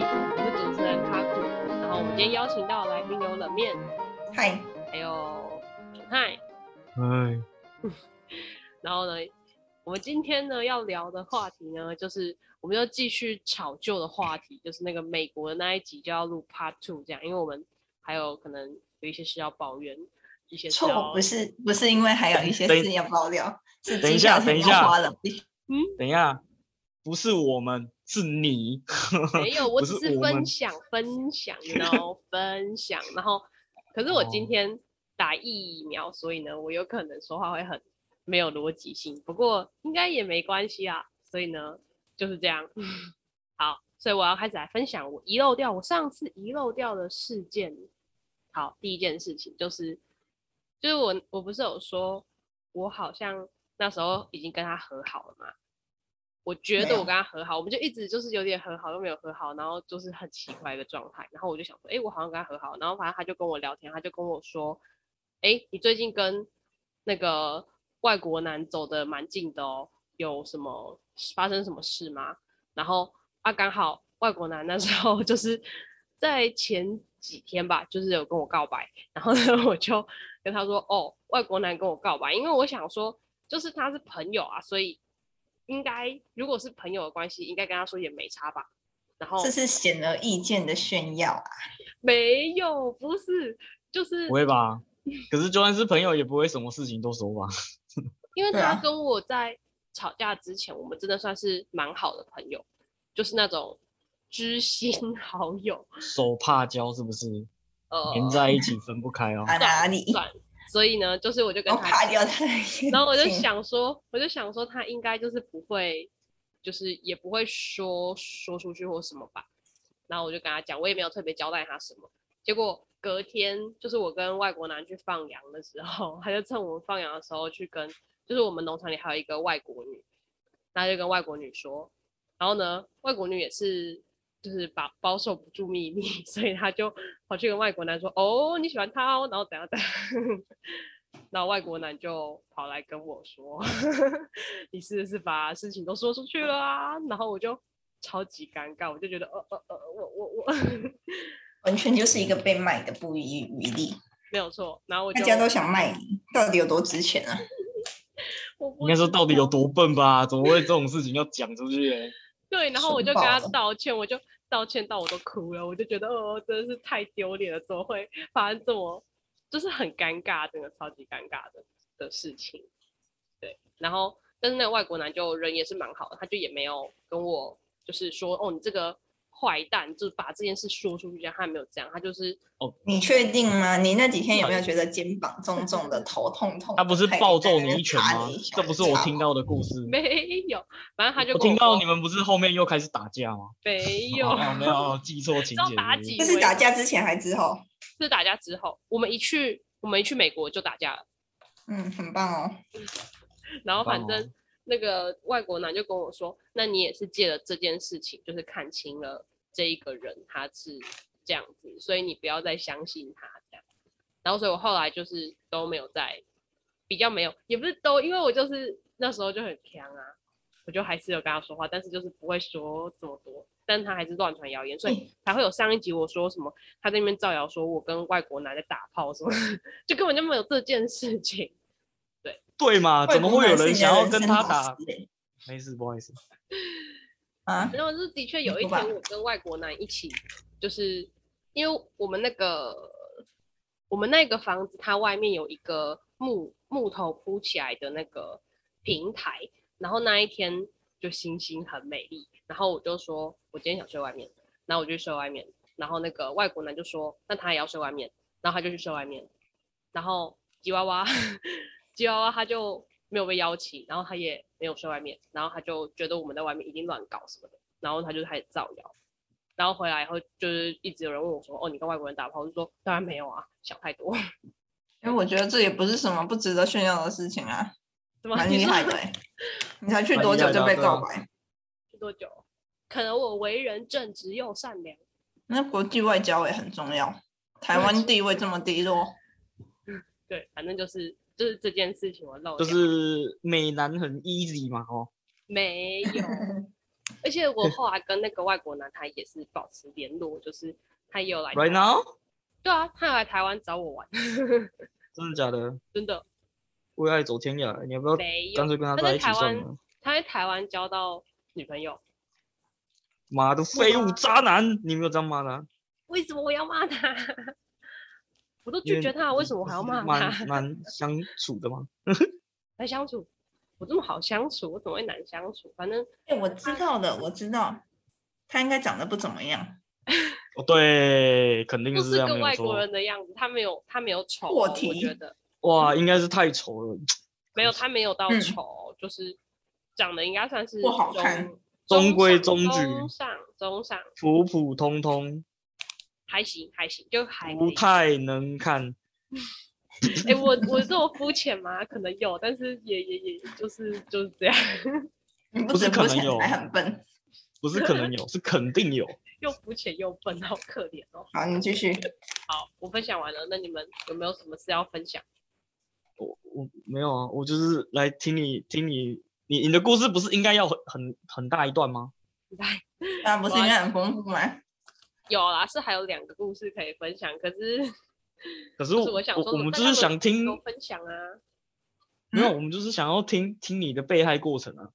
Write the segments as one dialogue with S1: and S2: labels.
S1: 哎
S2: 哎，
S1: 然后呢，我们今天呢要聊的话题呢，就是我们要继续炒旧的话题，就是那个美国的那一集就要录 Part Two 这样，因为我们还有可能有一些事要抱怨，一些事
S3: 错
S1: 要
S3: 不是不是因为还有一些
S2: 哦等一
S3: 事要爆料，是
S2: 等一
S3: 金
S2: 下
S3: 小
S2: 等
S3: 天
S2: 一
S3: 要
S2: 下
S3: 花了一
S2: 等一下，不是我们，是你。
S1: 没有，我
S2: 不
S1: 只
S2: 是
S1: 是
S2: 我
S1: 分
S2: 们
S1: 享分享，然 后分享，然后可是我今
S2: 哦
S1: 天打疫苗，所以呢，我有可能说话会很没有逻辑性，不过应该也没关系啊。所以呢，就是这样。 好，所以我要开始来分享我遗漏掉我上次遗漏掉的事件。好，第一件事情就是，就是我我不是有说，我好像那时候已经跟他和好了嘛。我觉
S3: 没
S1: 得我
S3: 有
S1: 跟他和好，我们就一直就是有点和好又没有和好，然后就是很奇怪的状态。然后我就想说，哎，我好像跟他和好，然后反正他就跟我聊天，他就跟我说，哎，你最近跟那个外国男走的蛮近的哦，有什么发生什么事吗？然后啊，刚好外国男那时候 就是在前几天吧，就是有跟我告白，然后呢，我就跟他说，哦，外国男跟我告白，因为我想说，就是他是朋友啊，所以应该如果是朋友的关系，应该跟他说也没差吧。然
S2: 哦
S1: 后
S3: 这是显而易见的炫耀啊！
S1: 没有，不是，就是
S2: 不会吧？可是就算是朋友，也不会什么事情都说吧？
S1: 因为
S3: 对
S1: 他
S3: 啊
S1: 跟我在吵架之前，我们真的算是蛮好的朋友，就是那种知心 好友。
S2: 手帕交是不是
S1: 呃，
S2: 连在一起分不开哦？
S3: 啊哪里？
S1: 算，所以呢，就是我就跟
S3: 我
S1: 他
S3: 卡
S1: 讲，
S3: 哦掉他的眼
S1: 然后我就
S3: 睛
S1: 想说，我就想说他应该就是不会，就是也不会说说出去或什么吧。然后我就跟他讲，我也没有特别交代他什么。结果隔天就是我跟外国男去放羊的时候， 他就趁我们放羊的时候去跟，就是我们农场里还有一个外国女，他就跟外国女说，然后呢，外国女也是就是把保守不住秘密， 所以他就跑去跟外国男说，哦，你喜欢他哦，然后怎样怎样。 然后外国男就跑来跟我说：“ 你是不是把事情都说出去了啊？”然后我就超级尴尬，我就觉得呃呃呃，我我我
S3: 完全就是一个被卖的不遗余力，
S1: 没有错。然后我
S3: 大
S1: 就
S3: 家都想卖你，到底有多值钱啊？
S1: 我不
S2: 应该说
S1: 知
S2: 到底有
S1: 道
S2: 多笨吧？怎么会这种事情要讲出去欸？
S1: 对，然后我
S3: 蠢
S1: 就跟他
S3: 爆了
S1: 道歉，我就道歉到我都哭了，我就觉得哦，真的是太丢脸了，怎么会发生这么就是很尴尬，整个超级尴尬的的事情。对，然后但是那个外国男就人也是蛮好的，他就也没有跟我就是说哦，你这个坏蛋，就是把这件事说出去，这样他没有这样，他就是
S3: 你确定吗？你那几天有没有觉得肩膀重重的，头痛痛的？
S2: 他不是
S3: 还
S2: 暴
S3: 在那
S2: 揍
S3: 边
S2: 你一拳
S3: 打
S2: 吗
S3: 你一？拳
S2: 这不是我
S3: 插
S2: 听到的故事。
S1: 没有，反正他就
S2: 我
S1: 跟
S2: 听到
S1: 说
S2: 你们不是后面又开始打架吗？
S1: 没有，
S2: 哦没有记错情
S1: 知道妲
S2: 节。是不
S1: 己
S2: 是
S3: 这是打架之前还之后？
S1: 是打架之后，我们一去我们一去美国就打架了。
S3: 嗯，很棒哦。
S1: 然后反
S2: 棒哦
S1: 正那个外国男就跟我说，那你也是借了这件事情，就是看清了这一个人他是这样子，所以你不要再相信他这样。然后所以我后来就是都没有再比较没有，也不是都，因为我就是那时候就很强啊，我就还是有跟他说话，但是就是不会说这么多，但他还是乱传谣言，所以才会有上一集我说什么他在那边造谣说我跟外国男在打炮什么， 就根本就没有这件事情。
S2: 对嘛？啊怎么
S3: 外国
S2: 会有
S3: 男是
S2: 人
S3: 你
S2: 想
S3: 的
S2: 要
S3: 人
S2: 跟
S3: 生
S2: 他
S3: 导
S2: 打
S3: 师？欸
S2: 没事，不好意思。
S3: 啊？
S1: 然后就是的确有一
S3: 你说吧
S1: 天，我跟外国男一起，就是因为我们那个我们那个房子，它外面有一个木木头铺起来的那个平台，然后那一天就星星很美丽，然后我就说我今天想睡外面，然后我就去睡外面，然后那个外国男就说那他也要睡外面，然后他就去睡外面，然后吉娃 娃吉娃娃他就没有被邀请，然后他也没有睡外面，然后他就觉得我们在外面一定乱搞什么的，然后他就开始造谣。然后回来以后，就是一直有人问我说：“哦，你跟外国人打炮？”我就说：“当然没有啊，想太多。
S3: 因为我觉得这也不是什么不值得炫耀的事情 啊，”
S1: 怎么
S3: 蛮
S1: 你
S3: 厉
S1: 说
S3: 害的 欸、你才去
S2: 蛮
S3: 多
S2: 厉
S3: 久
S2: 害的
S3: 就
S2: 啊
S3: 被
S2: 对
S3: 告
S2: 啊
S3: 白？
S1: 多久？可能我为人正直又善良，
S3: 那国际外交也很重要。台
S1: 对
S3: 湾地位这么低落，
S1: 对，反正就是就是这件事情我漏
S2: 就
S1: 掉
S2: 是美男很 easy 嘛，哦，
S1: 没有，而且我后来跟那个外国男他也是保持联络，就是他也有来台
S2: ，right now，
S1: 对啊，他有来台湾找我玩，
S2: 真的假的？
S1: 真的，
S2: 为爱走天涯，你要不要
S1: 没有
S2: 干脆跟他
S1: 他
S2: 在
S1: 在
S2: 一起
S1: 台
S2: 算
S1: 湾
S2: 了？
S1: 他在台湾交到女朋友，
S2: 妈的
S1: 是吗
S2: 废物渣男，你没有这样骂他？
S1: 为什么我要骂他？ 我都
S2: 因
S1: 拒绝他了，为什么我还要
S2: 是
S1: 骂他？
S2: 蛮蛮相处的嘛，
S1: 难相处，我这么好相处，我怎么会难相处？反正
S3: 哎、我知道的，我知道，他应该长得不怎么样，
S2: 哦，对，肯定
S1: 不
S2: 这
S1: 是
S2: 样，
S1: 个
S2: 没有
S1: 外国
S2: 错。
S1: 人的样子，他没有他没有丑哦、
S3: 破
S1: 我
S3: 题
S1: 觉得
S2: 哇，应该是太丑了，
S1: 没有他没有到
S3: 嗯
S1: 丑哦、就是长得应该算是
S3: 不好看
S1: 中，
S2: 中规
S1: 中
S2: 中
S1: 上
S2: 矩
S1: 中上中上
S2: 普普通通，
S1: 还行还行，就还可
S2: 不
S1: 以
S2: 太能看。
S1: 哎、我我这么肤浅吗？可能有，但是也也也就是就是这样，
S3: 你不
S2: 不是
S3: 止
S2: 可
S3: 肤
S2: 能
S3: 浅
S2: 有
S3: 还很笨。
S2: 不是可能 有，是肯定有。
S1: 又肤浅又笨，好可怜哦。
S3: 好，你继续。
S1: 好，我分享完了，那你们有没有什么事要分享？
S2: 我我没有啊，我就是来听你听你你你的故事，不是应该要很很很大一段吗？
S1: 来，
S3: 那不是应该很丰富
S2: 啊
S3: 吗？
S1: 有啦，是还有两个故事可以分享，可是
S2: 可是
S1: 就
S2: 我
S1: 是我想说，
S2: 我们
S1: 大
S2: 就
S1: 家
S2: 是
S1: 都
S2: 想听，
S1: 都分享啊。
S2: 没有，
S3: 嗯
S2: 我们就是想要听听你的被害过程啊。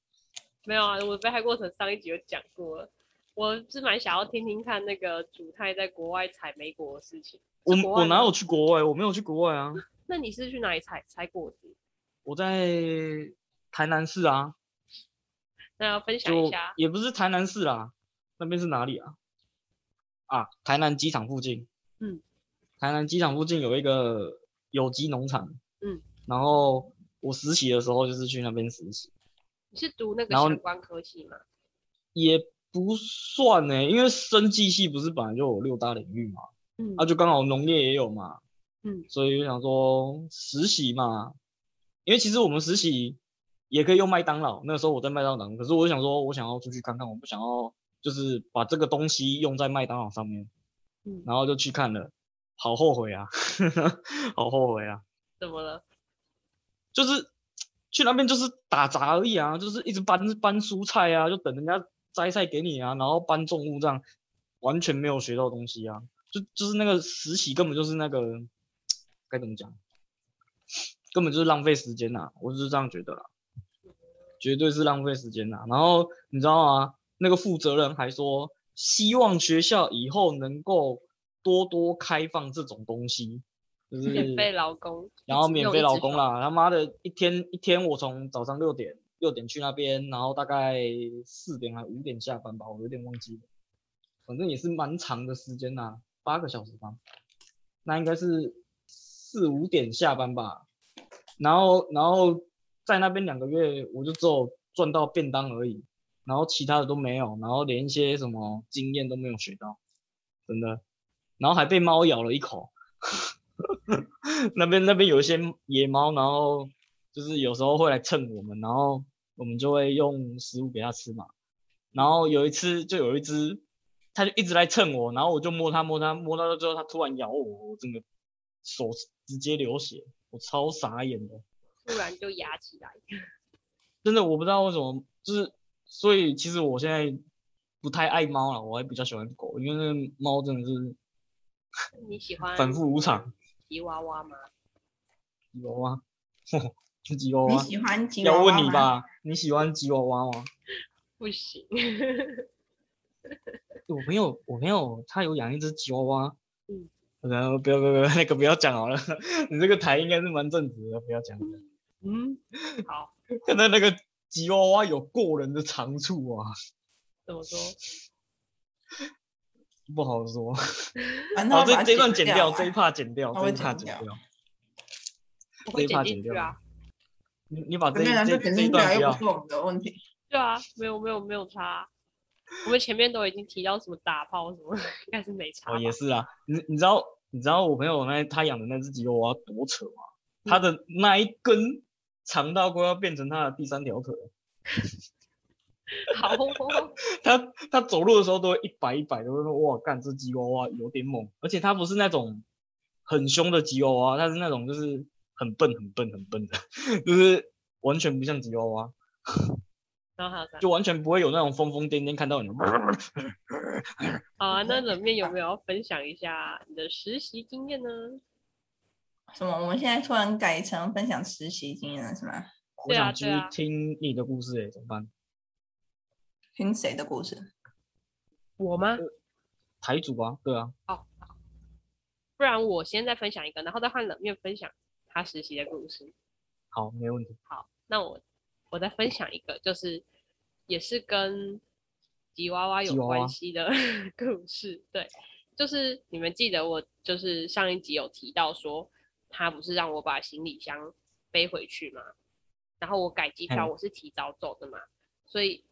S1: 没有啊，我被害过程上一集有讲过了，我是蛮想要听听看那个主太在国外采莓果的事情。
S2: 我
S1: 是国外
S2: 我哪
S1: 吗
S2: 有？去国外？我没有去国外啊，
S1: 那你是去哪里采采果子？
S2: 我在台南市啊，
S1: 那要分享一
S2: 就
S1: 下
S2: 也不是台南市啦，那边是哪里啊？啊，台南机场附近。
S1: 嗯，
S2: 台南机场附近有一个有机农场。
S1: 嗯，
S2: 然后我实习的时候就是去那边实习。
S1: 你是读那个
S2: 然后
S1: 相关科系吗？
S2: 也不算呢、因为生技系不是本来就有六大领域嘛，
S1: 嗯
S2: 啊，就刚好农业也有嘛，
S1: 嗯，
S2: 所以就想说实习嘛，因为其实我们实习也可以用麦当劳，那时候我在麦当劳，可是我想说我想要出去看看，我不想要就是把这个东西用在麦当劳上面，
S1: 嗯
S2: 然后就去看了，好后悔啊， 好后悔啊，
S1: 怎么了？
S2: 就是去那边就是打杂而已啊，就是一直搬搬蔬菜啊，就等人家摘菜给你啊，然后搬重物这样，完全没有学到东西啊，就就是那个实习根本就是那个该怎么讲，根本就是浪费时间呐、我就是这样觉得啦，绝对是浪费时间呐、然后你知道吗？那个负责人还说，希望学校以后能够多多开放这种东西，就是
S1: 免费劳工，
S2: 然后
S1: 一直
S2: 免
S1: 用
S2: 费
S1: 一
S2: 老
S1: 直
S2: 公
S1: 爽，
S2: 啦，他妈的一天一天，我从早上六点六点去那边，然后大概四点还五点下班吧，我有点忘记了，反正也是蛮长的时间啦，八个小时吧，那应该是四五点下班吧，然后然后在那边两个月，我就只有赚到便当而已，然后其他的都没有，然后连一些什么经验都没有学到，真的，然后还被猫咬了一口。那边那边有一些野猫，然后就是有时候会来蹭我们，然后我们就会用食物给它吃嘛。然后有一次就有一只，它就一直来蹭我，然后我就摸它摸它摸到最后，它突然咬我，我整个手直接流血，我超傻眼的。
S1: 突然就压起来。
S2: 真的我不知道为什么，就是所以其实我现在不太爱猫了，我还比较喜欢狗，因为那猫真的是
S1: 你喜欢
S2: 反复无常，
S1: 吉娃娃吗？
S2: 吉娃 娃，吉娃
S3: 你
S2: 娃。
S3: 喜欢吉娃
S2: 要
S3: 娃
S2: 问你
S3: 吗？
S2: 吧，你喜欢吉娃娃吗？
S1: 不 行，
S2: 我朋友，我朋友他有养一只吉娃娃，
S1: 嗯，
S2: 然后不要不要不要，那个不要讲好了， 你这个台应该是蛮正直的，不要讲。
S1: 嗯，好，
S2: 看到那个吉娃娃有过人的长处啊，
S1: 怎么说？
S2: 不好说。
S3: 反正
S2: 好，
S3: 我把
S2: 这
S3: 它
S2: 这段剪掉，
S3: 啊
S2: 这一趴剪掉，
S3: 他
S2: 这
S3: 会
S2: 一趴
S3: 剪
S2: 剪
S3: 掉
S2: 掉。
S1: 我会
S2: 这一
S1: 剪
S2: 趴
S1: 进
S2: 剪
S1: 去
S2: 掉
S1: 啊，
S2: 你你把
S3: 反
S2: 这
S3: 正
S2: 一
S3: 啊这
S2: 这
S3: 肯
S2: 这一
S3: 定掉，
S2: 段
S3: 又不
S2: 不
S3: 是，我
S2: 要
S3: 们的问题。
S1: 对啊，没有没有没有差啊、我们前面都已经提到什么打炮什么，应该是没差吧
S2: 哦，也是啊。你你知道你知道我朋友那他养的那只吉娃娃多扯吗？
S3: 嗯
S2: 他的那一根长到快要变成他的第三条腿了。
S1: 好哦，
S2: 他他走路的时候都会一摆一摆的，都会说哇，干这吉娃娃有点猛，而且他不是那种很凶的吉娃娃，他是那种就是很笨很笨很笨的， 就是完全不像吉娃娃，
S1: 然后还有啥？
S2: 就完全不会有那种疯疯癫癫看到你就
S1: 好啊，那冷面有没有要分享一下你的实习经验呢？
S3: 什么？我们现在突然改成分享实习经验了，是吗？
S2: 我
S1: 对啊
S2: 想去
S1: 对啊
S2: 听你的故事欸诶、怎么办？
S3: 听谁的故事？
S1: 我吗？
S2: 台主啊，对啊，
S1: 不然我先再分享一个，然后再换冷面分享他实习的故事。
S2: 好，没问题。
S1: 好，那我我再分享一个，就是也是跟吉娃娃有
S2: 吉娃娃
S1: 关系的 故事。对，就是你们记得我就是上一集有提到说，他不是让我把行李箱背回去吗？然后我改机票，
S2: 嘿
S1: 我是提早走的嘛，所以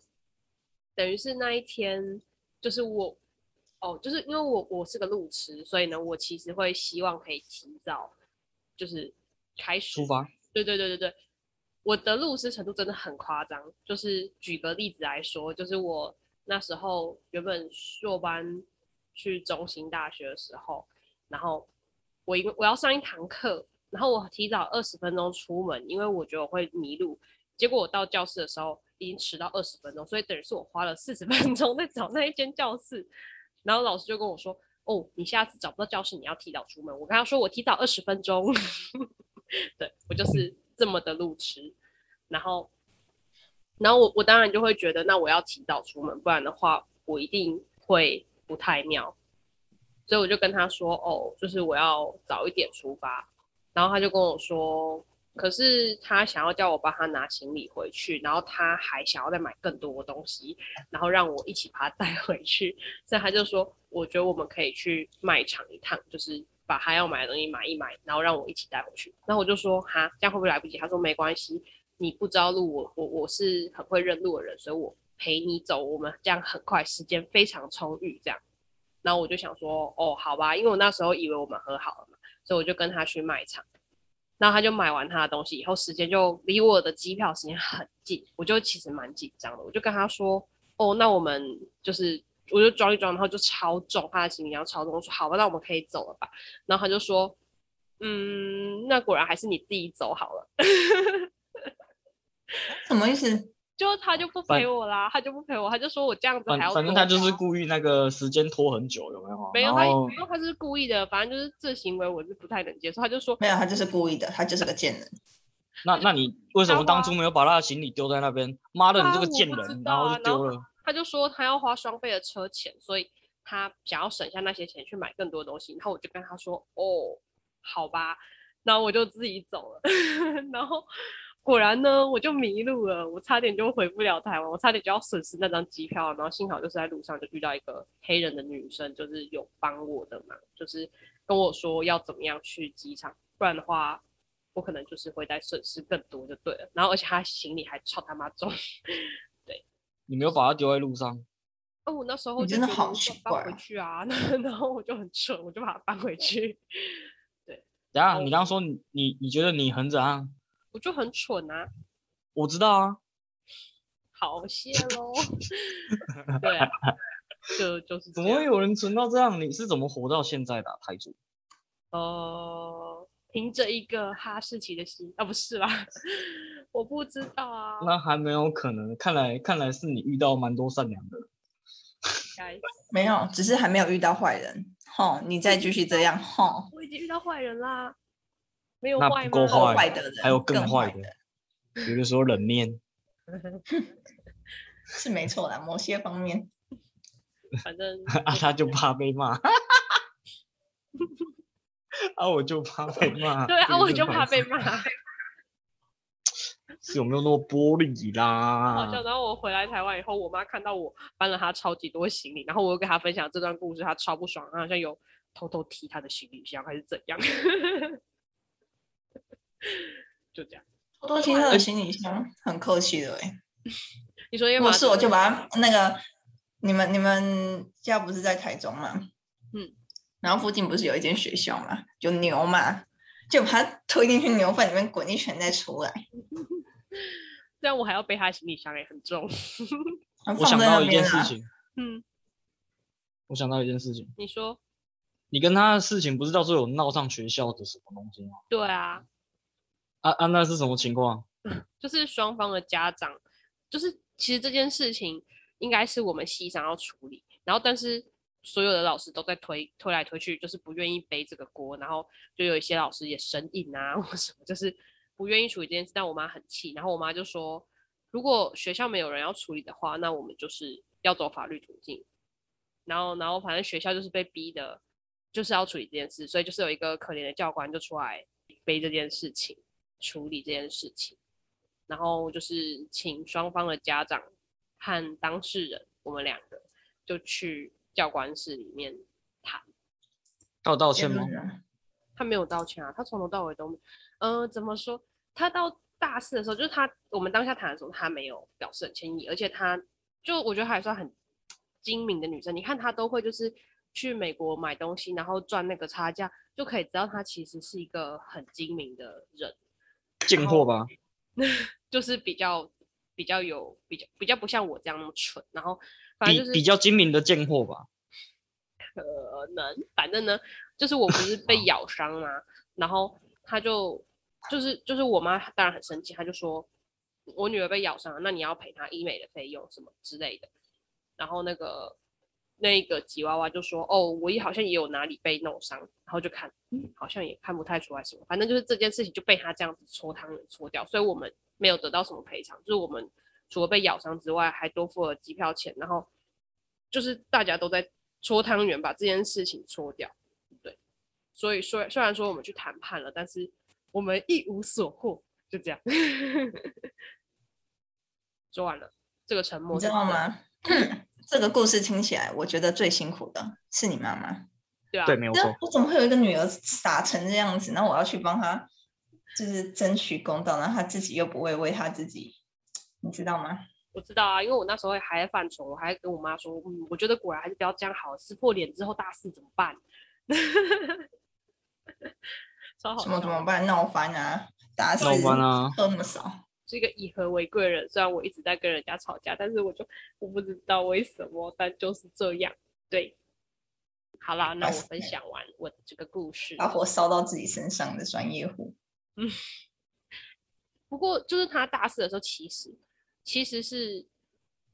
S1: 等于是那一天，就是我哦，就是因为我我是个路痴，所以呢，我其实会希望可以提早就是开始
S2: 出发，
S1: 对对对对对，我的路痴程度真的很夸张。就是举个例子来说，就是我那时候原本硕班去中兴大学的时候，然后我因为我要上一堂课，然后我提早二十分钟出门，因为我觉得我会迷路。结果我到教室的时候已经迟到二十分钟，所以等于是我花了四十分钟在找那一间教室。然后老师就跟我说：“哦，你下次找不到教室，你要提早出门。”我跟他说：“我提早二十分钟。” 对我就是这么的路痴。然后，然后我我当然就会觉得，那我要提早出门，不然的话我一定会不太妙。所以我就跟他说：“哦，就是我要早一点出发。”然后他就跟我说：“可是他想要叫我帮他拿行李回去，然后他还想要再买更多东西，然后让我一起把他带回去。”所以他就说：“我觉得我们可以去卖场一趟，就是把他要买的东西买一买，然后让我一起带回去。”然后我就说：“哈，这样会不会来不及？”他说：“没关系，你不知道路，我我我是很会认路的人，所以我陪你走，我们这样很快，时间非常充裕。”这样，然后我就想说：“哦，好吧，因为我那时候以为我们和好了嘛，所以我就跟他去卖场。”然后他就买完他的东西以后，时间就离我的机票时间很近，我就其实蛮紧张的。我就跟他说：“哦，那我们就是，我就装一装，然后就超重，他的行李箱超重，我说好吧，那我们可以走了吧。然后他就说，嗯，那果然还是你自己走好了。
S3: 什么意思？
S1: 就他就不
S2: 反
S1: 陪我啦，他就不陪我，他就说我这样子
S2: 反
S1: 还要
S2: 反正
S1: 多
S2: 他就是
S1: 花
S2: 故意那个时间拖很久，有没有啊？
S1: 没有他，
S2: 然后
S1: 没有他是故意的，反正就是这行为我是不太能接受。他就说
S3: 没有，他就是故意的，他就是个贱人。
S2: 那那你为什么当初没有把他的行李丢在那边？妈的，你这
S1: 啊
S2: 个
S1: 我
S2: 贱
S1: 不知
S2: 人，
S1: 道
S2: 然后
S1: 啊
S2: 就
S1: 然
S2: 丢
S1: 后
S2: 了。
S1: 他就说他要花双倍的车钱，所以他想要省下那些钱去买更多东西。然后我就跟他说：“哦，好吧。”然后我就自己走了。 然后果然呢，我就迷路了，我差点就回不了台湾，我差点就要损失那张机票了。然后幸好就是在路上就遇到一个黑人的女生，就是有帮我的忙，就是跟我说要怎么样去机场，不然的话。我可能就是会再损失更多就对了，然后而且他行李还超他妈重，
S2: 你没有把他丢在路上，
S1: 哦，我那时候
S3: 你
S1: 就
S3: 真的
S1: 觉得
S3: 好
S1: 我就
S3: 奇
S1: 搬回
S3: 怪啊
S1: 去啊， 然后我就很蠢，我就把它搬回去，
S2: 等下
S1: 哦
S2: 你刚刚说你你你觉得你很怎样？
S1: 我就很蠢啊，
S2: 我知道啊，
S1: 好谢喽。 对啊，就就是这
S2: 怎么
S1: 样。
S2: 会有人存到这样？你是怎么活到现在的啊、台主？
S1: 呃，凭着一个哈士奇的心啊，不是啦， 我不知道啊，
S2: 那还没有可能，看来看来是你遇到蛮多善良的人。
S1: 应该
S3: 没有，只是还没有遇到坏人。吼，你再继续这 样，吼，
S1: 我已经遇到坏人啦，没有
S2: 那
S1: 坏
S2: 不够
S1: 吗？
S3: 还有
S2: 坏
S3: 坏的人，
S2: 还有更
S3: 更
S2: 坏的
S3: 的，
S2: 比如说冷面，
S3: 是没错啦，某些方面。
S1: 反正
S2: 啊，他就怕被骂。 啊，我就怕被 骂。
S1: 对啊，
S2: 这个
S1: 我
S2: 真
S1: 就
S2: 白
S1: 怕
S2: 痴
S1: 被骂。
S2: 是有没有那么玻璃
S1: 好笑。
S2: 啦？
S1: 然后我回来台湾以后，我妈看到我搬了她超级多行李，然后我又跟她分享这段故事，她超不爽，她好像有偷偷提她的行李箱还是怎样， 就这样。
S3: 偷偷听他的行李箱，哎很客气的哎、欸。
S1: 你说
S3: 如
S1: 要
S3: 果
S1: 把
S3: 是我就把他那个，你们你们家不是在台中吗？
S1: 嗯，
S3: 然后附近不是有一间学校嘛，有牛嘛，就把它推进去牛粪里面滚一圈再出来，
S1: 这样我还要背她的行李箱也、欸很重。
S3: 然后
S2: 我
S3: 放
S2: 想
S3: 在那
S2: 到一
S3: 边
S2: 件事
S3: 啊。
S2: 情，
S1: 嗯，
S2: 我想到一件事情，
S1: 你说
S2: 你跟他的事情不是到最后有闹上学校的什么东西吗？
S1: 对啊，
S2: 啊啊，那是什么情况？
S1: 就是双方的家长，就是其实这件事情应该是我们系上要处理，然后但是所有的老师都在推推来推去，就是不愿意背这个锅，然后就有一些老师也生硬啊 或什么，就是不愿意处理这件事。但我妈很气，然后我妈就说，如果学校没有人要处理的话，那我们就是要走法律途径。然后，然后反正学校就是被逼的，就是要处理这件事，所以就是有一个可怜的教官就出来背这件事情，处理这件事情。然后就是请双方的家长和当事人，我们两个就去教官室里面谈。
S2: 要道
S3: 天
S2: 歉吗？
S3: 哪
S1: 他没有道歉啊，他从头到尾都没，呃，怎么说？他到大四的时候，就是他我们当下谈的时候，他没有表示很歉意，而且他就我觉得还算很精明的女生。你看她都会就是去美国买东西，然后赚那个差价，就可以知道她其实是一个很精明的人。
S2: 贱货吧，
S1: 就是比较比较有比较比较不像我这样那么蠢，然后反正就
S2: 比
S1: 是
S2: 比较精明的贱货吧。
S1: 可能，反正呢，就是我不 是被咬伤嘛，然后他就就是就是我妈当然很生气，她就说我女儿被咬伤了，那你要赔她医美的费用什么之类的。然后那个那个吉娃娃就说哦，我也好像也有哪里被弄伤，然后就看嗯好像也看不太出来什么，反正就是这件事情就被他这样子搓汤圆搓掉，所以我们没有得到什么赔偿，就是我们除了被咬伤之外，还多付了机票钱，然后就是大家都在搓汤圆，把这件事情搓掉，对，所以虽虽然说我们去谈判了，但是我们一无所获，就这样，说完了，这个沉默
S3: 你知
S1: 是
S3: 道
S1: 这样？
S3: 吗？ 这个故事听起来，我觉得最辛苦的是你妈妈。
S1: 对啊，
S2: 对，没有
S3: 那
S2: 错。
S3: 我怎么会有一个女儿傻成这样子？然后我要去帮她，就是争取公道，然后她自己又不会为她自己，你知道吗？
S1: 我知道啊，因为我那时候还在犯蠢，我还跟我妈说，嗯，我觉得果然还是不要这样好了，撕破脸之后大四怎么办？ 超好
S3: 什么怎么
S1: 笑，
S3: 办？闹翻啊，打死，
S2: 那我们啊，
S3: 喝那么少，
S1: 是一个以和为贵人。虽然我一直在跟人家吵架，但是我就我不知道为什么，但就是这样。对，好啦，那我分享完我的这个故事。
S3: 把火烧到自己身上的专业户。
S1: 不过就是他大四的时候，其实其实是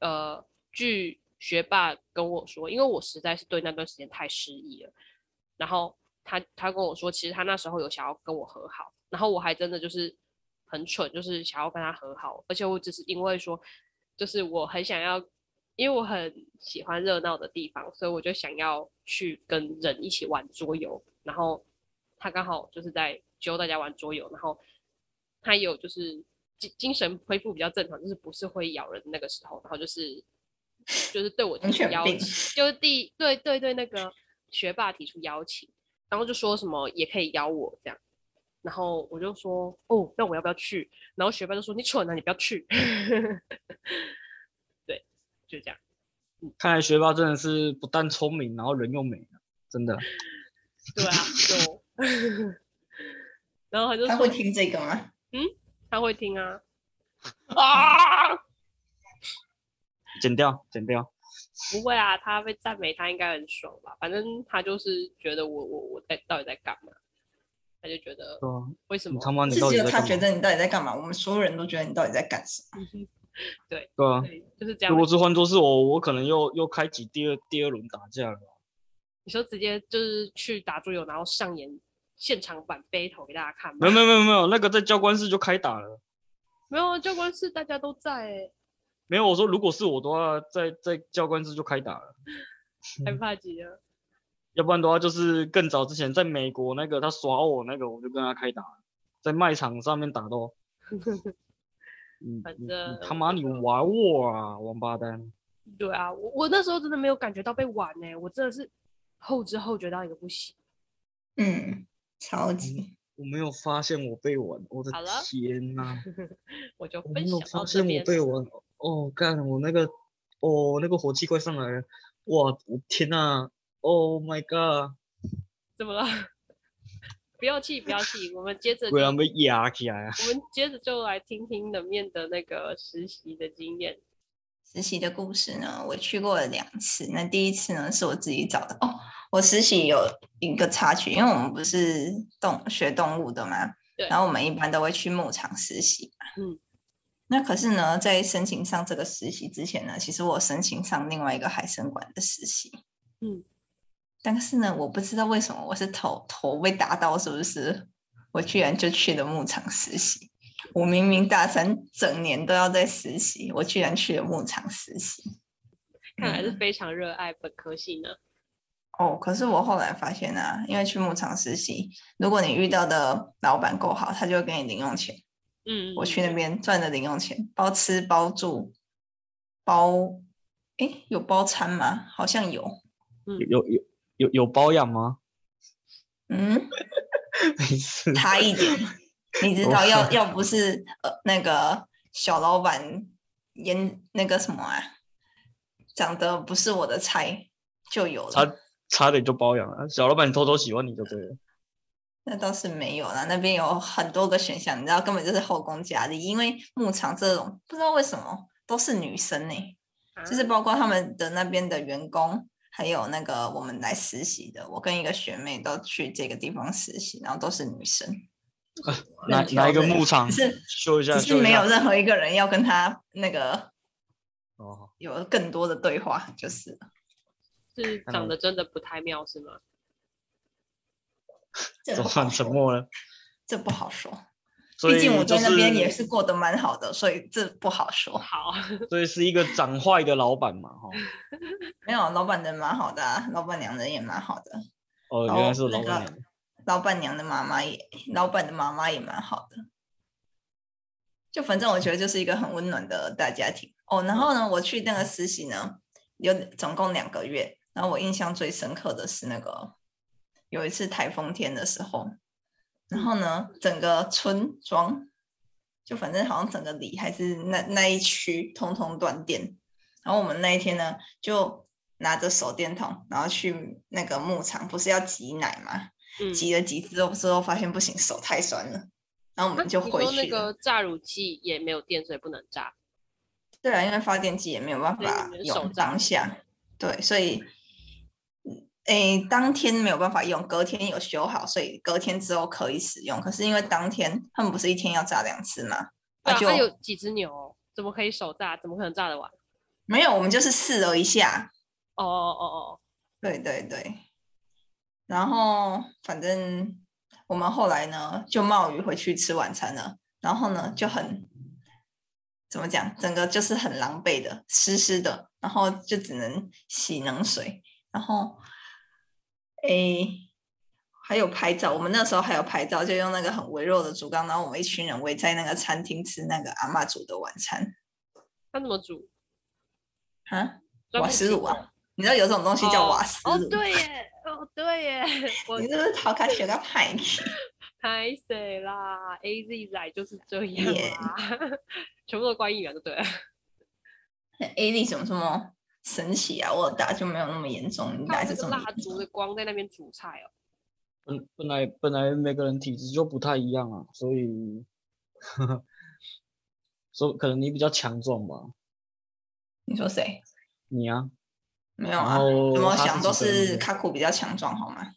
S1: 呃，据学霸跟我说，因为我实在是对那段时间太失忆了，然后他他跟我说，其实他那时候有想要跟我和好，然后我还真的就是很蠢，就是想要跟他和好，而且我只是因为说，就是我很想要。因为我很喜欢热闹的地方，所以我就想要去跟人一起玩桌游。然后他刚好就是在教大家玩桌游，然后他有就是精精神恢复比较正常，就是不是会咬人的那个时候，然后就是就是对我提
S3: 狂
S1: 出
S3: 犬
S1: 邀请，
S3: 病
S1: 就是第对对对那个学霸提出邀请，然后就说什么也可以邀我这样。然后我就说哦，那我要不要去？然后学霸就说你蠢啊，你不要去。 对，就这样。
S2: 看来学霸真的是不但聪明，然后人又美，真的。
S1: 对啊，就，然后他就
S3: 她
S1: 说
S3: 会听这个吗？
S1: 他会听啊，
S2: 啊！剪掉，剪掉。
S1: 不会啊，他被赞美，他应该很爽吧？反正他就是觉得我我我在到底在干嘛，他就觉得
S2: 对啊，
S1: 为什
S2: 你
S1: 么
S2: 他妈你
S3: 是
S2: 到
S3: 只
S2: 底
S3: 有
S2: 在
S3: 她
S2: 干
S3: 觉
S2: 嘛？
S3: 得你到底在干嘛？我们所有人都觉得你到底在干什么？
S2: 对啊，
S1: 对，就是这样
S2: 如。果是换作是我，我可能又又开启第二第二轮打架了。
S1: 你说直接就是去打桌游，然后上演现场版 battle 给大家看吗？
S2: 没有没有没有没有，那个在教官室就开打了。
S1: 没有啊，教官室大家都在、欸，
S2: 没有，我说如果是我的话，在在教官室就开打了，
S1: 害怕极了。
S2: 要不然的话就是更早之前在美国那个他耍我那个，我就跟他开打了，在卖场上面打斗。你
S1: 反
S2: 你
S1: 正
S2: 嗯你他妈你玩我啊，王八蛋！
S1: 对啊，我我那时候真的没有感觉到被玩呢、我真的是后知后觉到一个不行。
S3: 嗯，超级。
S2: 我没有发现我被玩，我的
S1: 好了
S2: 天呐、
S1: 我就
S2: 我没
S1: 分
S2: 有
S1: 享
S2: 发
S1: 到这
S2: 现我
S1: 边。
S2: 被玩。哦，干，我那个，哦，那个火气快上来了，哇，我天呐、o h my god，
S1: 怎么了？ 不要气，不要气，我们接着就，
S2: 果
S1: 我
S2: 然被压起来啊！
S1: 们接着就来听听冷面的那个实习的经验。
S3: 实习的故事呢，我去过了两次。那第一次呢，是我自己找的哦。我实习有一个插曲，因为我们不是动学动物的嘛，
S1: 对
S3: 然后我们一般都会去牧场实习。
S1: 嗯，
S3: 那可是呢，在申请上这个实习之前呢，其实我有申请上另外一个海参馆的实习。
S1: 嗯，
S3: 但是呢，我不知道为什么我是头头被打到，是不是？我居然就去了牧场实习。我明明大三整年都要在实习，我居然去了牧场实习。
S1: 看来是
S3: 嗯
S1: 非常热爱本科系呢。
S3: 哦，可是我后来发现啊，因为去牧场实习，如果你遇到的老板够好，他就会给你零用钱。
S1: 嗯，
S3: 我
S1: 嗯
S3: 去那边赚的零用钱，包吃包住，包，诶，有包餐吗？好像有。
S1: 嗯
S2: 有有有有保养吗？
S3: 嗯，
S2: 没事，
S3: 差一点。你知道，要要不是呃那个小老板演那个什么啊，长得不是我的菜，就有了。
S2: 差差点就包养了。小老板偷偷喜欢你就对了。
S3: 那倒是没有啦，那边有很多个选项，你知道，根本就是后宫佳丽。因为牧场这种不知道为什么都是女生呢、
S1: 啊
S3: 就是包括他们的那边的员工，还有那个我们来实习的，我跟一个学妹都去这个地方实习，然后都是女生，
S2: 啊哪
S3: 那
S2: 哪一
S3: 挑的
S2: 个牧场
S3: 只是
S2: 修一下？
S3: 只
S2: 修
S3: 是
S2: 一
S3: 没
S2: 下
S3: 有任何一个人要跟他那个
S2: 哦，
S3: 有更多的对话，就是了
S1: 是
S2: 看
S1: 长
S2: 来
S1: 得真的不太妙是吗？
S3: 这
S2: 总
S3: 不
S2: 算
S3: 好
S2: 沉
S3: 说，
S2: 默了。
S3: 这不好说。
S2: 所
S3: 毕
S2: 以
S3: 竟我
S2: 就
S3: 在那边也
S2: 是，
S3: 是过得蛮好的，所以这不好说。
S1: 好，
S2: 所以是一个长坏的老板嘛， 哈。
S3: 没有，老板人蛮好的、啊，老板娘人也蛮好的。
S2: 哦，
S3: 然
S2: 原
S3: 后
S2: 来是老
S3: 那
S2: 板
S3: 个
S2: 娘。
S3: 老板娘的妈妈也，老板的妈妈也蛮好的。就反正我觉得就是一个很温暖的大家庭哦。然后呢，我去那个实习呢，有总共两个月。然后我印象最深刻的是那个有一次台风天的时候，然后呢，整个村庄就反正好像整个里还是那那一区通通断电。然后我们那一天呢，就拿着手电筒，然后去那个牧场，不是要挤奶吗？
S1: 嗯，
S3: 挤了几次之后，之后发现不行，手太酸了，然后我
S1: 啊
S3: 们就
S1: 你
S3: 回
S1: 说
S3: 去
S1: 那
S3: 了。
S1: 个榨乳器也没有电，所以不能榨。
S3: 对啊，因为发电机也没有办
S1: 所以
S3: 法
S1: 你们手
S3: 用
S1: 账
S3: 当下，对，所以，嗯诶，当天没有办法用，隔天有修好，所以隔天之后可以使用。可是因为当天他们不是一天要炸两次吗？
S1: 对
S3: 那
S1: 啊，
S3: 就
S1: 它有几只牛哦，怎么可以手榨？怎么可能榨得完？
S3: 没有，我们就是试了一下，
S1: 哦哦哦
S3: 对对对，然后反正我们后来呢就冒雨回去吃晚餐了，然后呢就很怎么讲，整个就是很狼狈的，湿湿的，然后就只能洗冷水，然后诶还有拍照，我们那时候还有拍照，就用那个很微弱的竹竿，然后我们一群人围在那个餐厅吃那个阿嬷煮的晚餐
S1: 哦，它怎么煮？
S3: 啊，
S1: 专
S3: 瓦
S1: 门
S3: 斯
S1: 煮
S3: 炉啊，你知道有这种东西叫
S1: 哦
S3: 瓦斯
S1: 哦
S3: 炉，，
S1: 对耶，哦对耶， 我
S3: 哦你是不是逃开学到派去？
S1: 拍谁啦？A Z 仔就是这样
S3: 耶
S1: 啦， 全部都关议员就对了。
S3: 那 A 力怎么这么神奇啊？我打就没有那么严重，你
S1: 它
S3: 打
S1: 有那
S3: 就这
S1: 个
S3: 么
S1: 蜡
S3: 严
S1: 烛
S3: 重
S1: 的光在那边煮菜哦，
S2: 本本来本来每个人体质就不太一样啊，所以，所以可能你比较强壮吧，
S3: 你说谁？
S2: 你啊，
S3: 没有
S2: 然
S3: 啊，
S2: 后
S3: 怎么
S2: 哈士
S3: 想都
S2: 奇跟
S3: 是卡库比较强壮，好吗？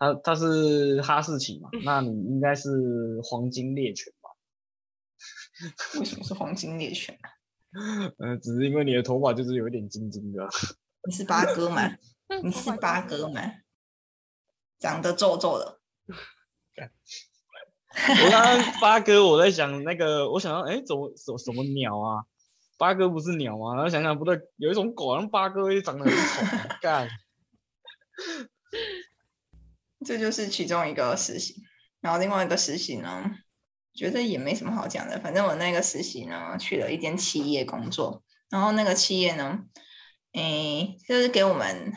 S2: 他他是哈士奇嘛，那你应该是黄金猎犬吧？
S3: 为什么是黄金猎犬啊？
S2: 呃，只是因为你的头发就是有一点金金的啊，
S3: 你是八 哥吗？
S1: 那
S3: 你
S1: 头
S3: 是
S1: 发
S3: 八
S1: 就是
S3: 哥吗？长得皱皱的，
S2: 我刚刚八哥，我在想那个，我想到，哎、怎么什什么鸟啊？八哥不是鸟吗？然后想想不对，有一种狗，好像八哥长得很丑啊，干，
S3: 这就是其中一个实习。然后另外一个实习呢，觉得也没什么好讲的。反正我那个实习呢，去了一间企业工作，然后那个企业呢，诶，就是给我们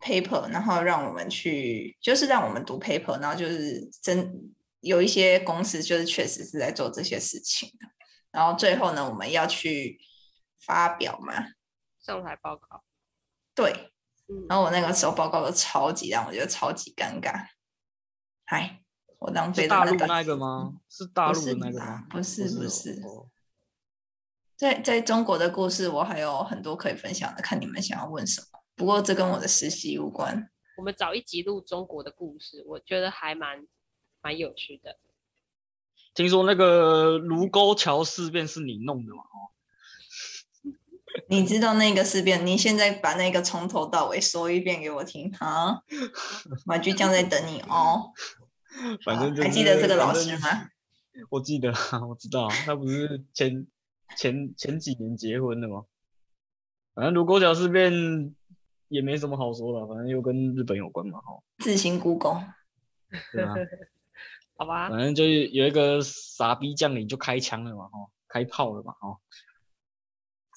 S3: paper，然后让我们去，就是让我们读 paper，然后就是真有一些公司就是确实是在做这些事情的。然后最后呢，我们要去发表嘛，
S1: 上台报告。
S3: 对，
S1: 嗯，
S3: 然后我那个时候报告的超级让我觉得超级尴尬，哎，我浪费
S2: 是
S3: 了
S2: 大陆
S3: 段
S2: 那
S3: 时
S2: 个
S3: 间？
S2: 吗？是大
S3: 不
S2: 陆的
S3: 是
S2: 那个
S3: 啦
S2: 吗？
S3: 不是不
S2: 哦
S3: 是，
S2: 哦
S3: 在在中国的故事我还有很多可以分享的，看你们想要问什么。不过这跟我的实习无关。
S1: 我们找一集录中国的故事，我觉得还蛮蛮有趣的。
S2: 听说那个卢沟桥事变是你弄的嘛？
S3: 你知道那个事变？你现在把那个从头到尾说一遍给我听啊！玩具酱在等你哦。
S2: 反正、就是、
S3: 啊还记得这个老
S2: 反正
S3: 师
S2: 就是
S3: 吗？
S2: 我记得啊，我知道啊，他不是前前前几年结婚的吗？反正卢沟桥事变也没什么好说的，啊反正又跟日本有关嘛，哈，
S3: 自行 Google，
S2: 对啊， 嗯
S1: 好吧，
S2: 反正就是有一个傻逼将领就开枪了嘛，哈，开炮了嘛，哈，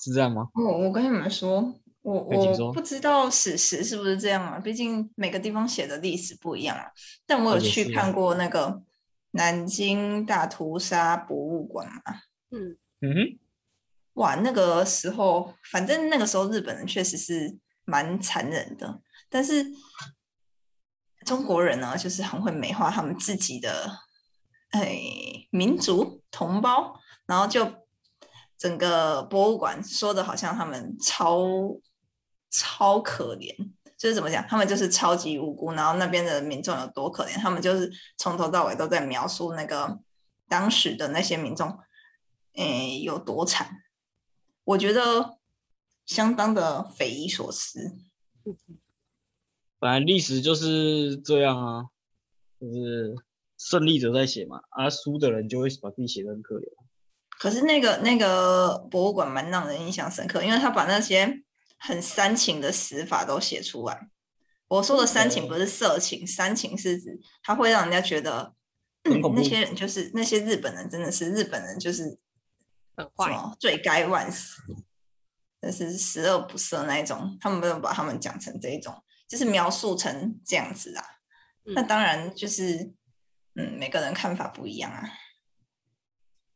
S2: 是这样吗？
S3: 我我跟你们说，我
S2: 哎请
S3: 我
S2: 说
S3: 不知道史实是不是这样啊，毕竟每个地方写的历史不一样啊。但我有
S2: 也
S3: 去
S2: 是
S3: 看
S2: 啊
S3: 过那个南京大屠杀博物馆嘛，
S1: 嗯，
S2: 嗯哼，
S3: 哇，那个时候，反正那个时候日本人确实是蛮残忍的，但是中国人呢，就是很会美化他们自己的哎民族同胞，然后就整个博物馆说的好像他们超超可怜，就是怎么讲，他们就是超级无辜，然后那边的民众有多可怜，他们就是从头到尾都在描述那个当时的那些民众，诶有多惨。我觉得相当的匪夷所思。
S2: 反正历史就是这样啊，就是胜利者在写嘛，啊，输的人就会把自己写的很可怜。
S3: 可是那个那个博物馆蛮让人印象深刻，因为他把那些很煽情的死法都写出来。我说的煽
S2: 哦
S3: 情不是色情，煽情是指它会让人家觉得，嗯
S2: 很恐，怖
S3: 那些人就是那些日本人，真的是日本人就是什
S1: 很坏，
S3: 么罪该万死，就是十恶不赦那一种。他们没有把他们讲成这一种，就是描述成这样子啊。那
S1: 嗯
S3: 当然就是，嗯，每个人看法不一样啊。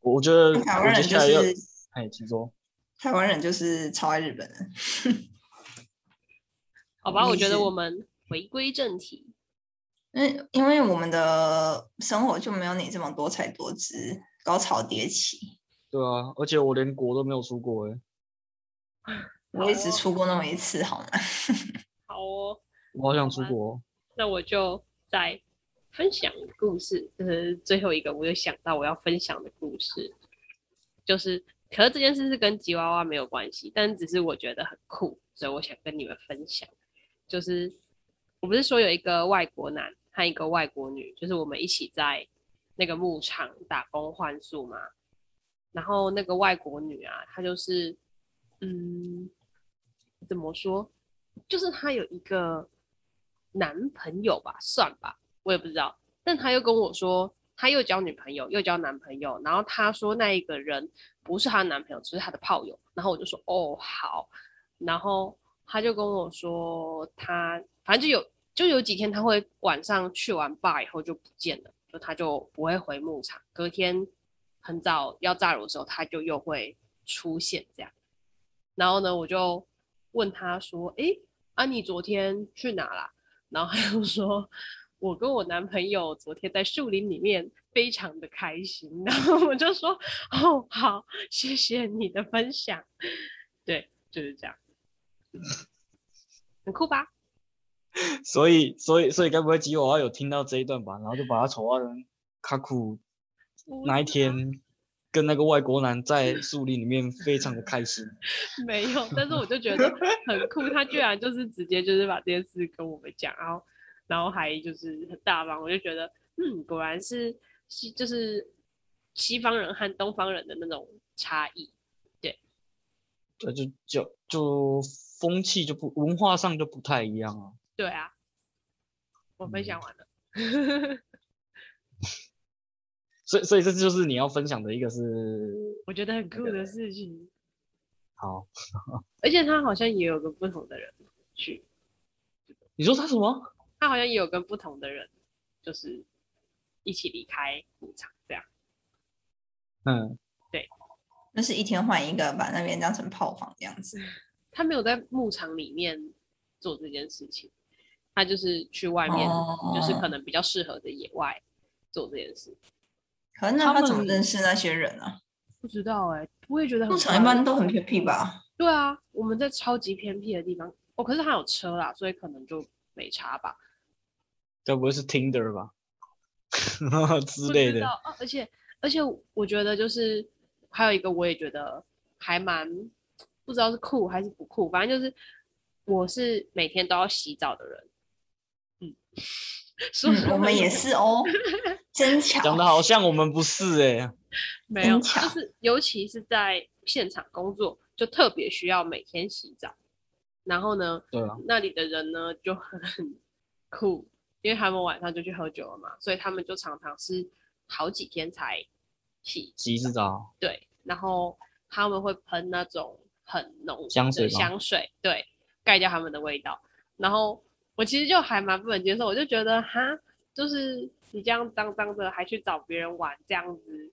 S2: 我我觉得
S3: 台
S2: 我
S3: 湾
S2: 接
S3: 人
S2: 下
S3: 就
S2: 来要，
S3: 是
S2: 哎，请说。
S3: 台湾人就是超爱日本人，
S1: 好吧，
S3: 意
S1: 我觉得
S3: 思
S1: 我们回归正题，
S3: 因为因为我们的生活就没有你这么多彩多姿、高潮迭起。
S2: 对啊，而且我连国都没有出过哎、
S3: 我也只
S1: 好哦
S3: 出过那么一次，好吗？
S1: 好哦，
S2: 我好想出国哦、
S1: 那我就再分享故事，就是最后一个，我就想到我要分享的故事，就是，可是这件事是跟吉娃娃没有关系，但只是我觉得很酷，所以我想跟你们分享。就是我不是说有一个外国男和一个外国女，就是我们一起在那个牧场打工换宿嘛。然后那个外国女啊，她就是，嗯，怎么说？就是她有一个男朋友吧，算吧，我也不知道。但她又跟我说，她又交女朋友，又交男朋友。然后她说那一个人不是她的男朋友，只是她的炮友。然后我就说，哦，好。然后他就跟我说他，反正就有就有几天他会晚上去完坝以后就不见了，就他就不会回牧场，隔天很早要炸炉的时候他就又会出现这样。然后呢，我就问他说：“诶，啊你昨天去哪啦？”然后他就说：“我跟我男朋友昨天在树林里面非常的开心。”然后我就说：“哦，好，谢谢你的分享。”对，就是这样。很酷吧？
S2: 所以所以所以该不会吉娃娃有听到这一段吧？然后就把他丑化成卡库那
S1: 啊
S2: 一天跟那个外国男在树林里面非常的开心。
S1: 没 有，但是我就觉得很酷，他居然就是直接就是把这件事跟我们讲，然后然后还就是很大方，我就觉得嗯，果然是西就是西方人和东方人的那种差异。
S2: 对，就就就风气就不文化上就不太一样啊。
S1: 对啊，我分
S2: 嗯
S1: 享完了。
S2: 所以所以这就是你要分享的一个是
S1: 我觉得很酷的事情，
S2: 好，
S1: 而且他好像也有跟不同的人去，
S2: 你说他什么？
S1: 他好像也有跟不同的人就是一起离开舞场这样。
S2: 嗯，
S3: 就是一天换一个，把那边当成炮房这样子。
S1: 他没有在牧场里面做这件事情，他就是去外面，就是可
S3: 哦
S1: 能比较适合的野外做这件事。
S3: 可哦是那
S2: 他
S3: 他怎么
S2: 们
S3: 认识那些人啊？
S1: 不知道哎、我也觉得很
S3: 牧场一
S1: 怪
S3: 般都很偏僻吧？
S1: 对啊，我们在超级偏僻的地方哦，可是他有车啦，所以可能就没差吧
S2: 该不会是 Tinder 吧 之
S1: 不
S2: 类
S1: 知
S2: 的？
S1: 道啊而且而且我觉得就是还有一个我也觉得还蛮不知道是酷还是不酷，反正就是我是每天都要洗澡的人。嗯， 所以
S3: 嗯， 我们也是哦，真巧。
S2: 讲的好像我们不是哎、
S1: 没有，
S3: 很
S1: 就
S3: 巧
S1: 是尤其是在现场工作，就特别需要每天洗澡。然后呢，
S2: 对啊，
S1: 那里的人呢就很酷，因为他们晚上就去喝酒了嘛，所以他们就常常是好几天才洗。
S2: 洗一次澡，
S1: 对，然后他们会喷那种很浓
S2: 香
S1: 的
S2: 水吗
S1: 香水，对，盖掉他们的味道。然后我其实就还蛮不能接受，我就觉得哈，就是你这样脏脏的还去找别人玩，这样子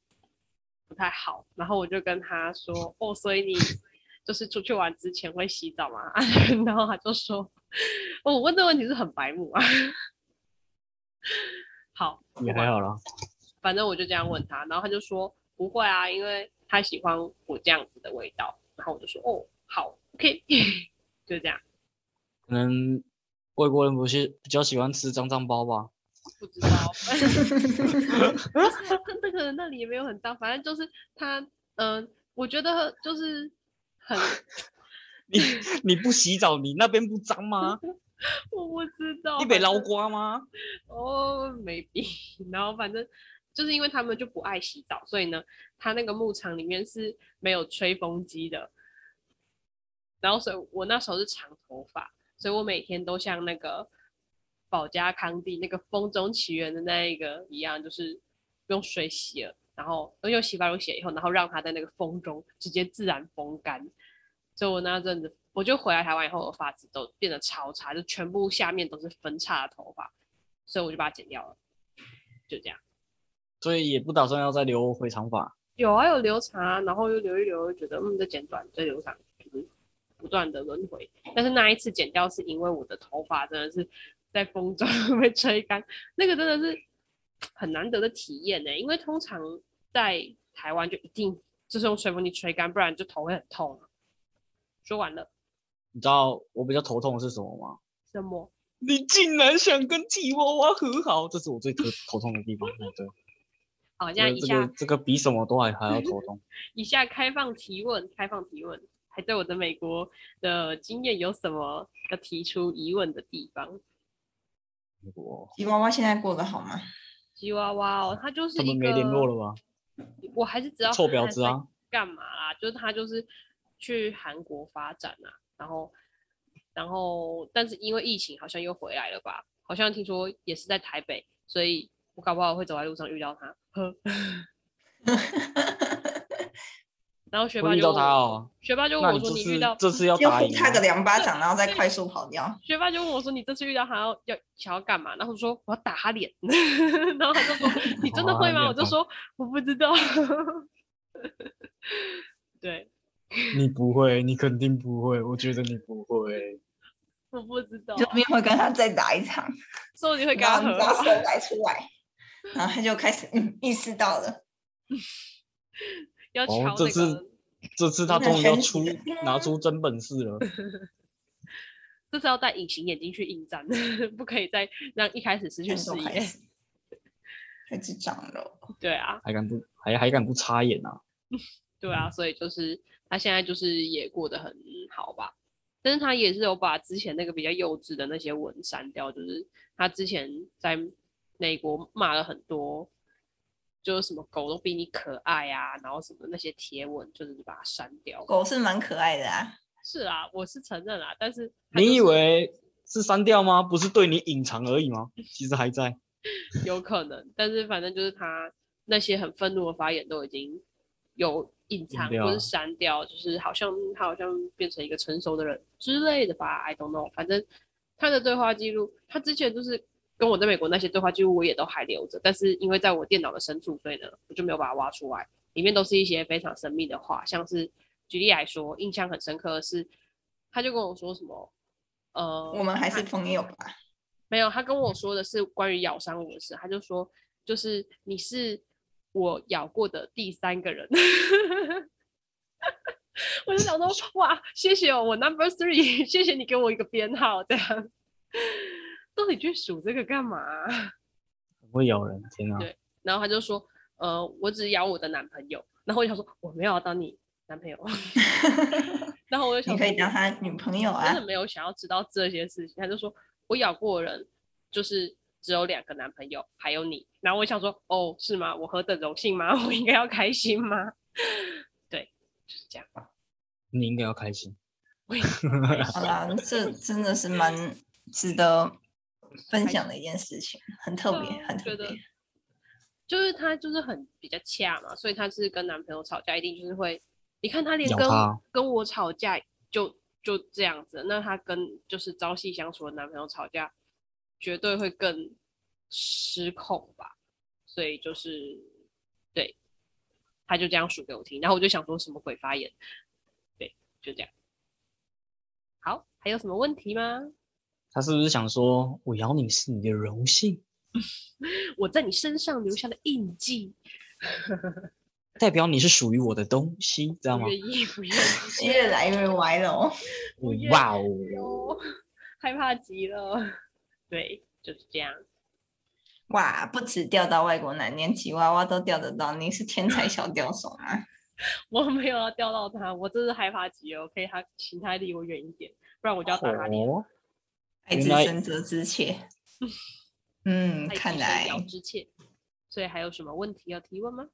S1: 不太好。然后我就跟他说，哦，所以你就是出去玩之前会洗澡吗？ 然后他就说，哦，我问这问题是很白目啊。 好，
S2: 也还好啦。
S1: 反正我就这样问他，然后他就说不会啊，因为他喜欢我这样子的味道。然后我就说哦，好，OK，就 这样。
S2: 可能外国人不是比较喜欢吃脏脏包吧？
S1: 不知道，那那个那里也没有很脏，反正就是他，嗯、我觉得就是很，
S2: 你你不洗澡，你那边不脏吗？
S1: 我不知道，
S2: 你被
S1: 反
S2: 捞
S1: 正
S2: 瓜吗？
S1: 哦，maybe，然 后反正就是因为他们就不爱洗澡，所以呢，他那个牧场里面是没有吹风机的。然后，所以我那时候是长头发，所以我每天都像那个保加康帝那个《风中奇缘》的那一个一样，就是用水洗了，然后呃用洗发露洗了以后，然后让它在那个风中直接自然风干。所以我那阵子，我就回来台湾以后，我发质都变得超差，就全部下面都是分叉的头发，所以我就把它剪掉了，就这样。
S2: 所以也不打算要再留回长发。
S1: 有啊，有留长啊，然后又留一留，又觉得嗯，再剪短，再留长，就是不断的轮回。但是那一次剪掉是因为我的头发真的是在风中 被吹干，那个真的是很难得的体验呢、欸因为通常在台湾就一定就是用吹风机吹干，不然就头会很痛啊、说完了，
S2: 你知道我比较头痛的是什么吗？
S1: 什么？
S2: 你竟然想跟吉娃娃和好，这是我 最头头痛的地方。对对，
S1: 好，现在
S2: 这
S1: 以
S2: 个这
S1: 下、
S2: 个这个比什么都还还要头 痛。
S1: 以下开放提问，开放提问，还对我的美国的经验有什么要提出疑问的地方？
S2: 我
S3: 吉娃娃现在过得好吗？
S1: 吉娃娃哦，他就是
S2: 他们
S1: 一
S2: 没联
S1: 个
S2: 络了吧？
S1: 我还是知道
S2: 臭
S1: 他
S2: 婊
S1: 在
S2: 子啊！
S1: 干嘛啦？就是他就是去韩国发展啊，然后然后但是因为疫情好像又回来了吧？好像听说也是在台北，所以我搞不好会走在路上遇到他。呵，然后学
S2: 会
S1: 霸
S2: 遇
S1: 就
S2: 到
S1: 问
S2: 他
S1: 我，
S2: 哦。
S1: 学霸就
S2: 那
S1: 问我
S2: 你
S1: 说
S2: 这
S1: 你遇
S2: 次
S1: 到
S2: 这次要
S3: 就
S2: 打
S3: 呼
S2: 赢
S3: 他个
S2: 啊，
S3: 两巴掌，然后再快速跑掉。
S1: 学霸就问我说：“你这次遇到他要要想要干嘛？”然后我说：“我要打他脸。”然后他就说：“你真的会吗？”
S2: 哇
S1: 我就说：“我不知道。”对，
S2: 你不会，你肯定不会，我觉得你不会。
S1: 我不知道，
S3: 救命！会跟他再打一场，
S1: 说不定会跟他
S3: 然后
S1: 和
S3: 你知道
S1: 好
S3: 手。来出来，然后他就开始嗯意识到了，
S1: 要瞧
S2: 哦，
S1: 那
S2: 这
S1: 个
S2: 次，这次他
S3: 那
S2: 终于要
S3: 神
S2: 出
S3: 奇的
S2: 拿出真本事 了。
S1: 这次要戴隐形眼镜去应战， 不可以再让一开始失
S2: 哎
S1: 去
S3: 他
S1: 视
S3: 就开
S1: 野。
S3: 始开始长肉。
S1: 对啊，
S2: 还敢不还还敢不插眼啊？
S1: 对啊，所以就是他现在就是也过得很好吧，但是他也是有把之前那个比较幼稚的那些文删掉，就是他之前在美国骂了很多，就是什么狗都比你可爱啊，然后什么那些贴文，就是把它删掉。
S3: 狗是蛮可爱的啊，
S1: 是啊，我是承认啊，但是他就
S2: 你以
S1: 是
S2: 为是删掉吗？不是对你隐藏而已吗？其实还在。
S1: 有可能，但是反正就是他那些很愤怒的发言都已经有隐藏
S2: 掉
S1: 或
S2: 了
S1: 是删掉，就是好像他好像变成一个成熟的人之类的吧，I don't know。反正他的对话记录，他之前就是跟我在美国那些对话记录我也都还留着，但是因为在我电脑的深处，所以呢我就没有把它挖出来。里面都是一些非常神秘的话，像是举例来说，印象很深刻的是，他就跟我说什么，呃，
S3: 我们还
S1: 他
S3: 是朋友吧。
S1: 嗯没有，他跟我说的是关于咬伤我的事，他就说就是你是我咬过的第三个人， 我就想说哇，谢谢哦，我 number three，谢谢你给我一个编号，这样，到底去数这个干嘛啊、
S2: 很会咬人，天啊哪！
S1: 对然后他就说呃，我只咬我的男朋友，然后我就想说我没有要当你男朋友， 然后我就想说，
S3: 你可以当他女朋友
S1: 真
S3: 啊
S1: 的。没有想要知道这些事情。他就说我咬过的人就是只有两个男朋友，还有你。然后我想说，哦，是吗？我何等荣幸吗？ 我应该要开心吗？ 对，就是这样。
S2: 你应该要开心。
S1: 我也开心
S3: 好啦，这真的是蛮值得分享的一件事情，很特
S1: 对
S3: 别，
S1: 啊
S3: 很
S1: 我觉
S3: 特别
S1: 得。就是她就是很比较恰嘛，所以她是跟男朋友吵架，一定就是会，你看她连
S2: 咬
S1: 跟
S2: 她
S1: 跟我吵架就就这样子，那她跟就是朝夕相处的男朋友吵架，绝对会更失控吧。所以就是对，她就这样数给我听，然后我就想说什么鬼发言，对，就这样。好，还有什么问题吗？
S2: 他是不是想说，我咬你是你的荣幸，
S1: 我在你身上留下的印记，
S2: 代表你是属于我的东西，知道吗嗯
S1: 不？愿意， 不愿意，
S3: 越来越歪了哦，
S1: 不愿
S2: 哇哦！
S1: 哦， 害怕极了。对，就是这样。
S3: 哇，不止钓到外国男，连吉娃娃都钓得到，你是天才小钓手啊！
S1: 我没有要钓到他，我真是害怕极了。可以他，请他离我远一点，不然我就要打他脸。
S2: 哦，
S3: 爱之
S2: 原来
S3: 深责之 切。嗯，
S1: 爱之
S3: 看
S1: 深
S3: 来
S1: 表之切。所以还有什么问题要提问吗？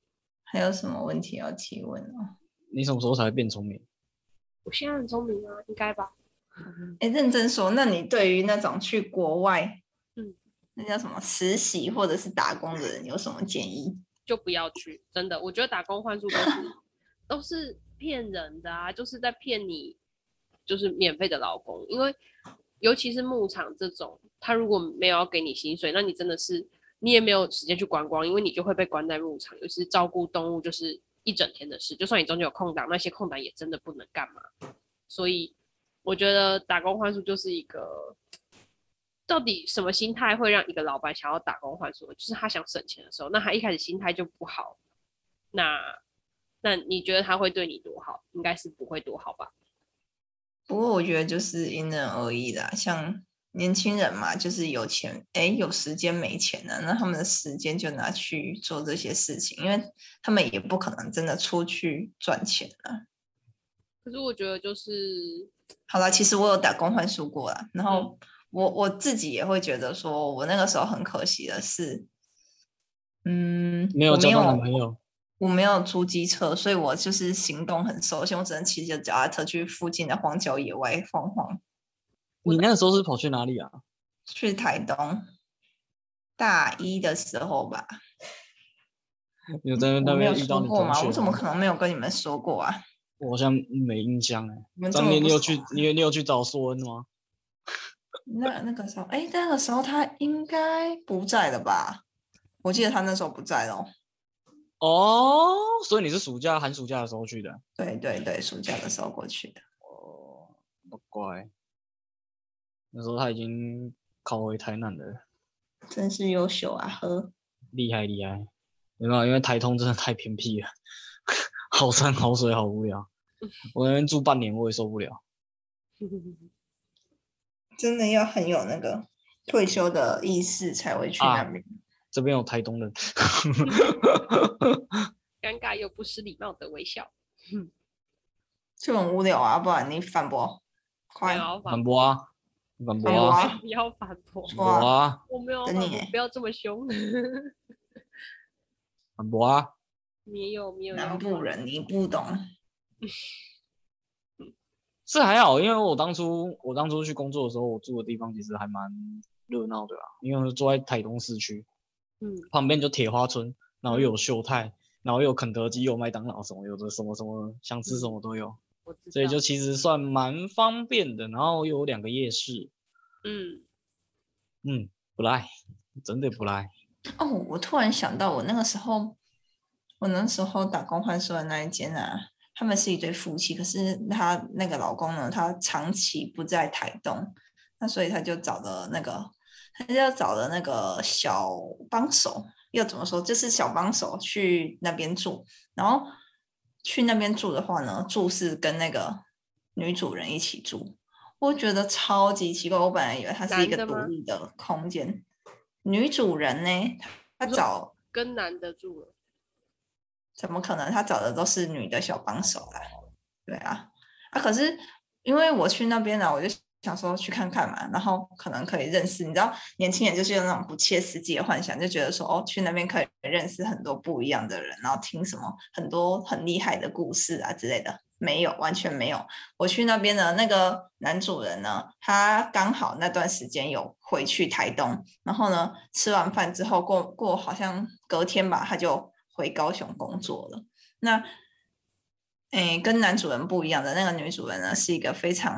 S3: 还有什么问题要提问哦？
S2: 你什么时候才会变聪明？
S1: 我现在很聪明啊，应该吧？
S3: 哎，认真说，那你对于那种去国外，
S1: 嗯，
S3: 那叫什么实习或者是打工的人有什么建议？
S1: 就不要去，真的，我觉得打工换宿都是都是骗人的啊，就是在骗你，就是免费的劳工，因为尤其是牧场这种，他如果没有要给你薪水，那你真的是你也没有时间去观光，因为你就会被关在牧场，尤其是照顾动物，就是一整天的事，就算你中间有空档，那些空档也真的不能干嘛，所以我觉得打工换宿就是一个。到底什么心态会让一个老板想要打工换宿呢？就是他想省钱的时候，那他一开始心态就不好，那那你觉得他会对你多好？应该是不会多好吧？
S3: 不过我觉得就是因人而异啦，像年轻人嘛，就是有钱，哎，有时间没钱了、那他们的时间就拿去做这些事情，因为他们也不可能真的出去赚钱啊。
S1: 可是我觉得就是
S3: 好啦，其实我有打工换宿过啦，然后
S2: 嗯
S3: 我我自己也会觉得说，我那个时候很可惜的是，嗯，
S2: 没有
S3: 我
S2: 交
S3: 没
S2: 到男
S3: 有
S2: 朋友，
S3: 我没有租机车，所以我就是行动很受限，我只能骑着脚踏车去附近的荒郊野外晃晃。
S2: 你那个时候是跑去哪里啊？
S3: 去台东，大一的时候吧。
S2: 你有在
S3: 嗯我
S2: 那
S3: 没有
S2: 边遇到
S3: 说
S2: 你
S3: 过
S2: 同
S3: 吗？
S2: 学
S3: 我怎么
S2: 吗
S3: 可能没有跟你们说过啊？
S2: 我好像没印象哎、
S3: 你们这
S2: 当
S3: 么
S2: 年你
S3: 不
S2: 有
S3: 熟
S2: 去
S3: 啊，
S2: 你有你有去找索恩吗？
S3: 那那个时候，哎，那个时候他应该不在了吧？我记得他那时候不在哦。
S2: 哦，所以你是暑假寒暑假的时候去的。
S3: 对对对，暑假的时候过去的。
S2: 哦，不怪。那时候他已经考回台南了，
S3: 真是优秀啊！呵，
S2: 厉害厉害。没办法，因为台通真的太偏僻了， 好山好水好无聊。我在那边住半年我也受不了。
S3: 真的要很有那个退休的意识才会去那
S2: 啊
S3: 边。
S2: 这边有台东人，
S1: 尴尬又不失礼貌的微笑，
S3: 就很无聊啊！不然你反驳，
S1: 不
S3: 快
S1: 要反
S2: 反驳啊，反
S3: 反
S2: 驳
S3: 驳
S2: 啊，
S3: 啊
S1: 不要反驳，
S2: 反驳啊，
S1: 我没有
S3: 等
S1: 反
S3: 你
S1: 驳
S3: 欸，
S1: 不要这么凶。
S2: 反驳啊。
S1: 没有没有要
S3: 南部
S1: 反
S3: 人你不懂。
S2: 是还好，因为我当初我当初去工作的时候，我住的地方其实还蛮热闹的啦，因为我住在台东市区，
S1: 嗯，
S2: 旁边就铁花村，然后又有秀泰，然后又有肯德基，又有麦当劳，什么有的什么什么，想吃什么都有，
S1: 我知道，
S2: 所以就其实算蛮方便的。然后又有两个夜市，
S1: 嗯，
S2: 嗯，不赖，真的不赖。
S3: 哦，我突然想到，我那个时候，我那时候打工换宿的那一间啊，他们是一对夫妻，可是她那个老公呢，他长期不在台东，那所以他就找了那个，他就找了那个小帮手，要怎么说，就是小帮手去那边住，然后去那边住的话呢，住是跟那个女主人一起住，我觉得超级奇怪，我本来以为它是
S1: 男
S3: 一个
S1: 的
S3: 独
S1: 吗
S3: 立的空间。女主人呢，她
S1: 你说
S3: 找
S1: 跟男的住了，
S3: 怎么可能？她找的都是女的小帮手啦。对啊，啊，可是因为我去那边呢、我就想说去看看嘛，然后可能可以认识，你知道，年轻人就是有那种不切实际的幻想，就觉得说哦，去那边可以认识很多不一样的人，然后听什么很多很厉害的故事啊之类的。没有，完全没有。我去那边呢，那个男主人呢，他刚好那段时间有回去台东，然后呢，吃完饭之后过过好像隔天吧，他就回高雄工作了。那，诶，跟男主人不一样的那个女主人呢，是一个非常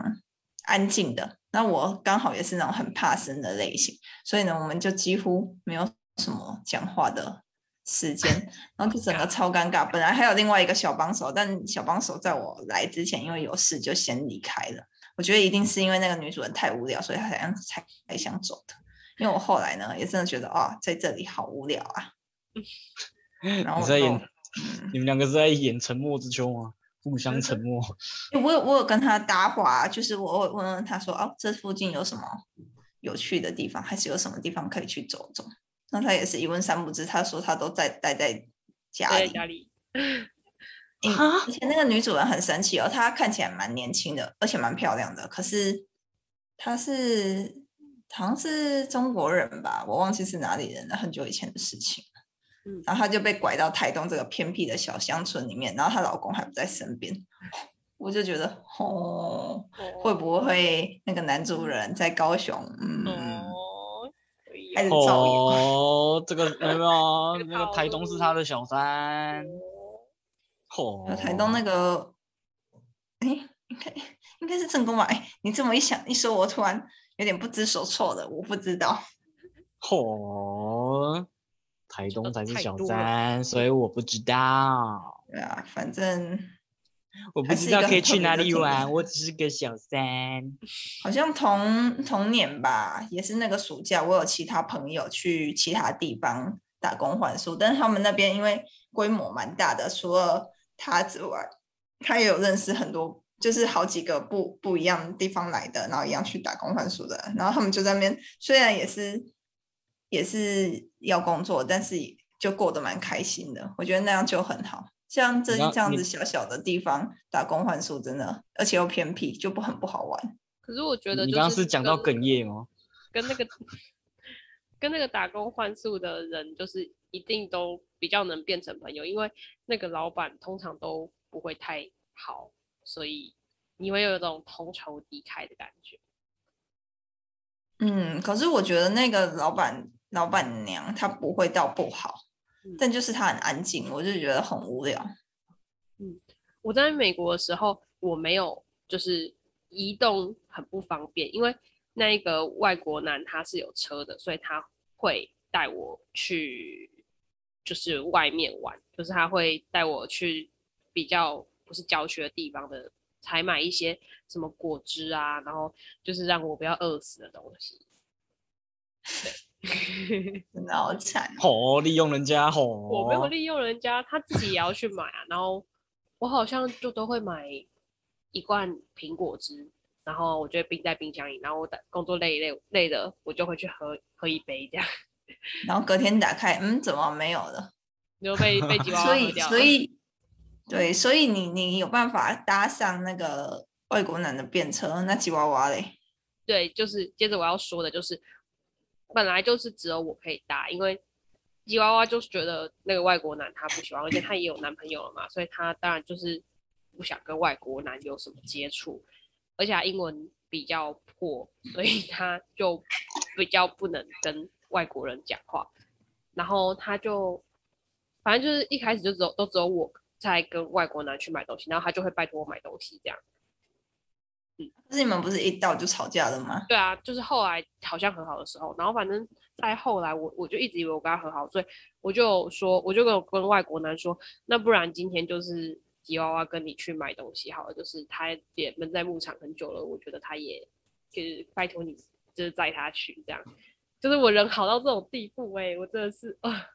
S3: 安静的。那我刚好也是那种很怕生的类型，所以呢，我们就几乎没有什么讲话的时间，然后就整个超尴尬。本来还有另外一个小帮手，但小帮手在我来之前，因为有事就先离开了。我觉得一定是因为那个女主人太无聊，所以她才才才想走的。因为我后来呢，也真的觉得啊，在这里好无聊啊。然后
S2: 你
S3: 我
S2: 在
S3: 就
S2: 演，
S3: 嗯，
S2: 你们两个是在演沉默之秋吗？互相沉 默，
S3: 欸我有我有跟他搭话、啊，就是我有问问他说，哦，这附近有什么有趣的地方，还是有什么地方可以去走走？那他也是一问三不知，他说他都在待在家
S1: 待在
S3: 里。
S1: 家里，
S3: 嗯
S2: 啊
S3: 而且那个女主人很神奇哦，她看起来蛮年轻的，而且蛮漂亮的，可是她是好像是中国人吧，我忘记是哪里人了，很久以前的事情。
S1: 嗯
S3: 然后她就被拐到台东这个偏僻的小乡村里面，然后她老公还不在身边， 我就觉得哦，会
S1: 哦
S3: 不会那个男主人在高雄？嗯，
S1: 哦，可以
S3: 还是
S1: 哦
S3: 造谣
S2: 哦，这个没有啊
S1: 这个
S2: 那个台东是他的小三，哦，
S3: 台东那个，哎、应该应该是正宫吧？哎、你这么一想一说，我突然有点不知所措了，我不知道。
S2: 哦，台东才是
S1: 太
S2: 小
S1: 多了
S2: 三，所以我不知道，
S3: 对啊，反正
S2: 我不
S3: 还是
S2: 知
S3: 一
S2: 道
S3: 个
S2: 可以
S3: 很特
S2: 去
S3: 别
S2: 哪
S3: 的
S2: 里
S3: 地方
S2: 玩，我只是个小三。
S3: 好像同同年吧，也是那个暑假，我有其他朋友去其他地方打工换宿，但是他们那边因为规模蛮大的，除了他之外，他也有认识很多，就是好几个不不一样地方来的，然后一样去打工换宿的，然后他们就在那边，虽然也是也是要工作，但是也就过得蛮开心的，我觉得那样就很好。像这
S2: 你知道
S3: 这样
S2: 你
S3: 子小小的地方打工换宿，真的，而且又偏僻，就不很不好玩。
S1: 可是我觉得
S2: 你
S1: 就
S2: 刚刚是讲到
S1: 跟
S2: 哽咽哦吗？
S1: 跟那个跟那个打工换宿的人，就是一定都比较能变成朋友，因为那个老板通常都不会太好，所以你会有一种同仇敌忾的感觉。
S3: 嗯，可是我觉得那个老板老板娘她不会到不好，
S1: 嗯
S3: 但就是她很安静，我就觉得很无聊。
S1: 我在美国的时候，我没有就是移动很不方便，因为那一个外国男他是有车的，所以他会带我去就是外面玩，就是他会带我去比较不是郊区的地方的，采买一些什么果汁啊，然后就是让我不要饿死的东西。对。
S3: 真的好惨哦。
S2: 吼，利用人家吼，
S1: 我没有利用人家，他自己也要去买啊。然后我好像就都会买一罐苹果汁，然后我就会冰在冰箱里，然后我打工作累一累累了，我就会去喝喝一杯这样，
S3: 然后隔天打开，嗯，怎么没有了？
S1: 就被被 吉娃娃
S3: 所
S1: 喝
S3: 以，
S1: 掉了。
S3: 所以，对，所以你你有办法搭上那个外国男的便车，那吉娃娃嘞？
S1: 对，就是接着我要说的，就是本来就是只有我可以搭，因为吉娃娃就是觉得那个外国男他不喜欢，而且他也有男朋友了嘛，所以他当然就是不想跟外国男有什么接触，而且他英文比较破，所以他就比较不能跟外国人讲话。然后他就反正就是一开始就只有都只有我在跟外国男去买东西，然后他就会拜托我买东西这样。
S3: 可是你们不是一到就吵架了吗？
S1: 对啊，就是后来好像和好的时候，然后反正再后来我我就一直以为我跟他和好，所以我就说，我就跟我跟外国男说，那不然今天就是吉娃娃跟你去买东西好了，就是他也闷在牧场很久了，我觉得他也就是拜托你就是载他去这样，就是我人好到这种地步哎、我真的是啊、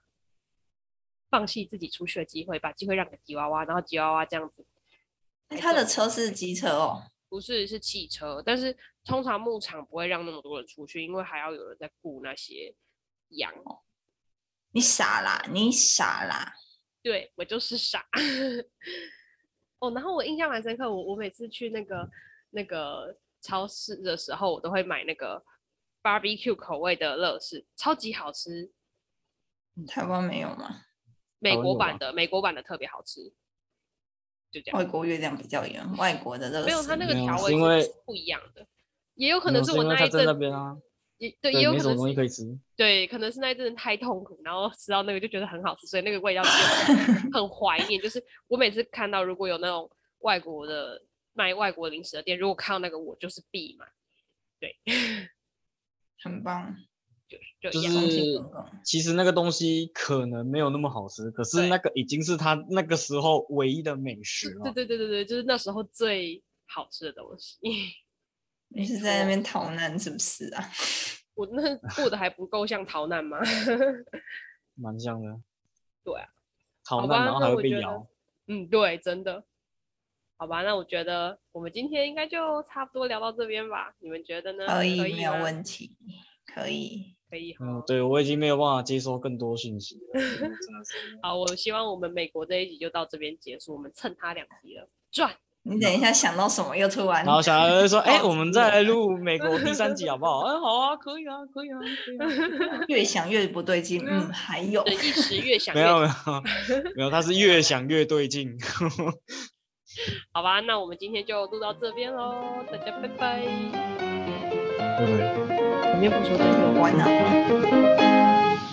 S1: 放弃自己出去的机会，把机会让给吉娃娃，然后吉娃娃这样子
S3: 那他的车是机车哦，
S1: 不是是汽车，但是通常牧场不会让那么多人出去，因为还要有人在雇那些羊。
S2: 哦
S3: 你傻啦，你傻啦！
S1: 对我就是傻， 哦，然后我印象蛮深刻，我我每次去那个那个超市的时候，我都会买那个 barbecue 口味的乐事，超级好吃，
S3: 台湾没有吗？
S1: 美
S2: 台湾
S1: 国
S2: 有
S1: 版
S2: 吧
S1: 的美国版的特别好吃，就这样。
S3: 外
S2: 哦
S3: 国月亮比较圆，外国的热
S1: 没有，它那个
S2: 没有
S1: 调
S2: 是
S1: 味
S2: 因为
S1: 是不一样的，也有可
S2: 没
S1: 能
S2: 有
S1: 是
S2: 是
S1: 我
S2: 因为
S1: 那
S2: 他
S1: 一
S2: 在
S1: 阵
S2: 那
S1: 子
S2: 边啊，
S1: 也对，也
S2: 对，
S1: 有
S2: 没
S1: 可
S2: 什么
S1: 能
S2: 东西可
S1: 是
S2: 以吃。
S1: 对，可能是那一阵子太痛苦，然后吃到那个就觉得很好吃，所以那个味道就很怀念。就是我每次看到如果有那种外国的卖外国零食的店，如果看到那个我就是必买，
S3: 很棒，
S1: 就
S2: 就
S1: 一样
S2: 是
S3: 重庆公共
S2: 其实那个东西可能没有那么好吃，可是
S1: 对
S2: 那个已经是他那个时候唯一的美食
S1: 对
S3: 哦
S2: 了。
S1: 对对对对，就是那时候最好吃的东西。
S3: 你是在那边逃难是不是啊？
S1: 我那 过得还不够像逃难吗？
S2: 蛮像的。
S1: 对啊，
S2: 逃
S1: 好
S2: 难
S1: 吧
S2: 然后
S1: 那
S2: 还
S1: 我
S2: 会被
S1: 觉得
S2: 咬。
S1: 嗯，对，真的。好吧，那我觉得我们今天应该就差不多聊到这边吧，你们觉得呢？
S3: 嗯可以，啊没有
S1: 吗
S3: 问题，可以。
S1: 可以哈。
S2: 嗯，对我已经没有办法接收更多信息了， 真的是
S1: 好，我希望我们美国这一集就到这边结束，我们蹭它两集了，赚。
S3: 你等一下想到什么又突然
S2: 然后小孩就说：“哎、
S3: 好
S2: 我们
S1: 哦
S2: 再来录美国第三集好不好？”哎，好啊，可以啊，可以啊，可 以啊。
S3: 越想越不对劲，嗯，还有
S1: 人一时越想
S2: 没
S1: 越
S2: 有没有没有，他是越想越对劲。
S1: 好吧，那我们今天就录到这边喽，大家拜拜。
S2: 对不对？
S3: 啊
S1: 前面不说的。
S3: 关了。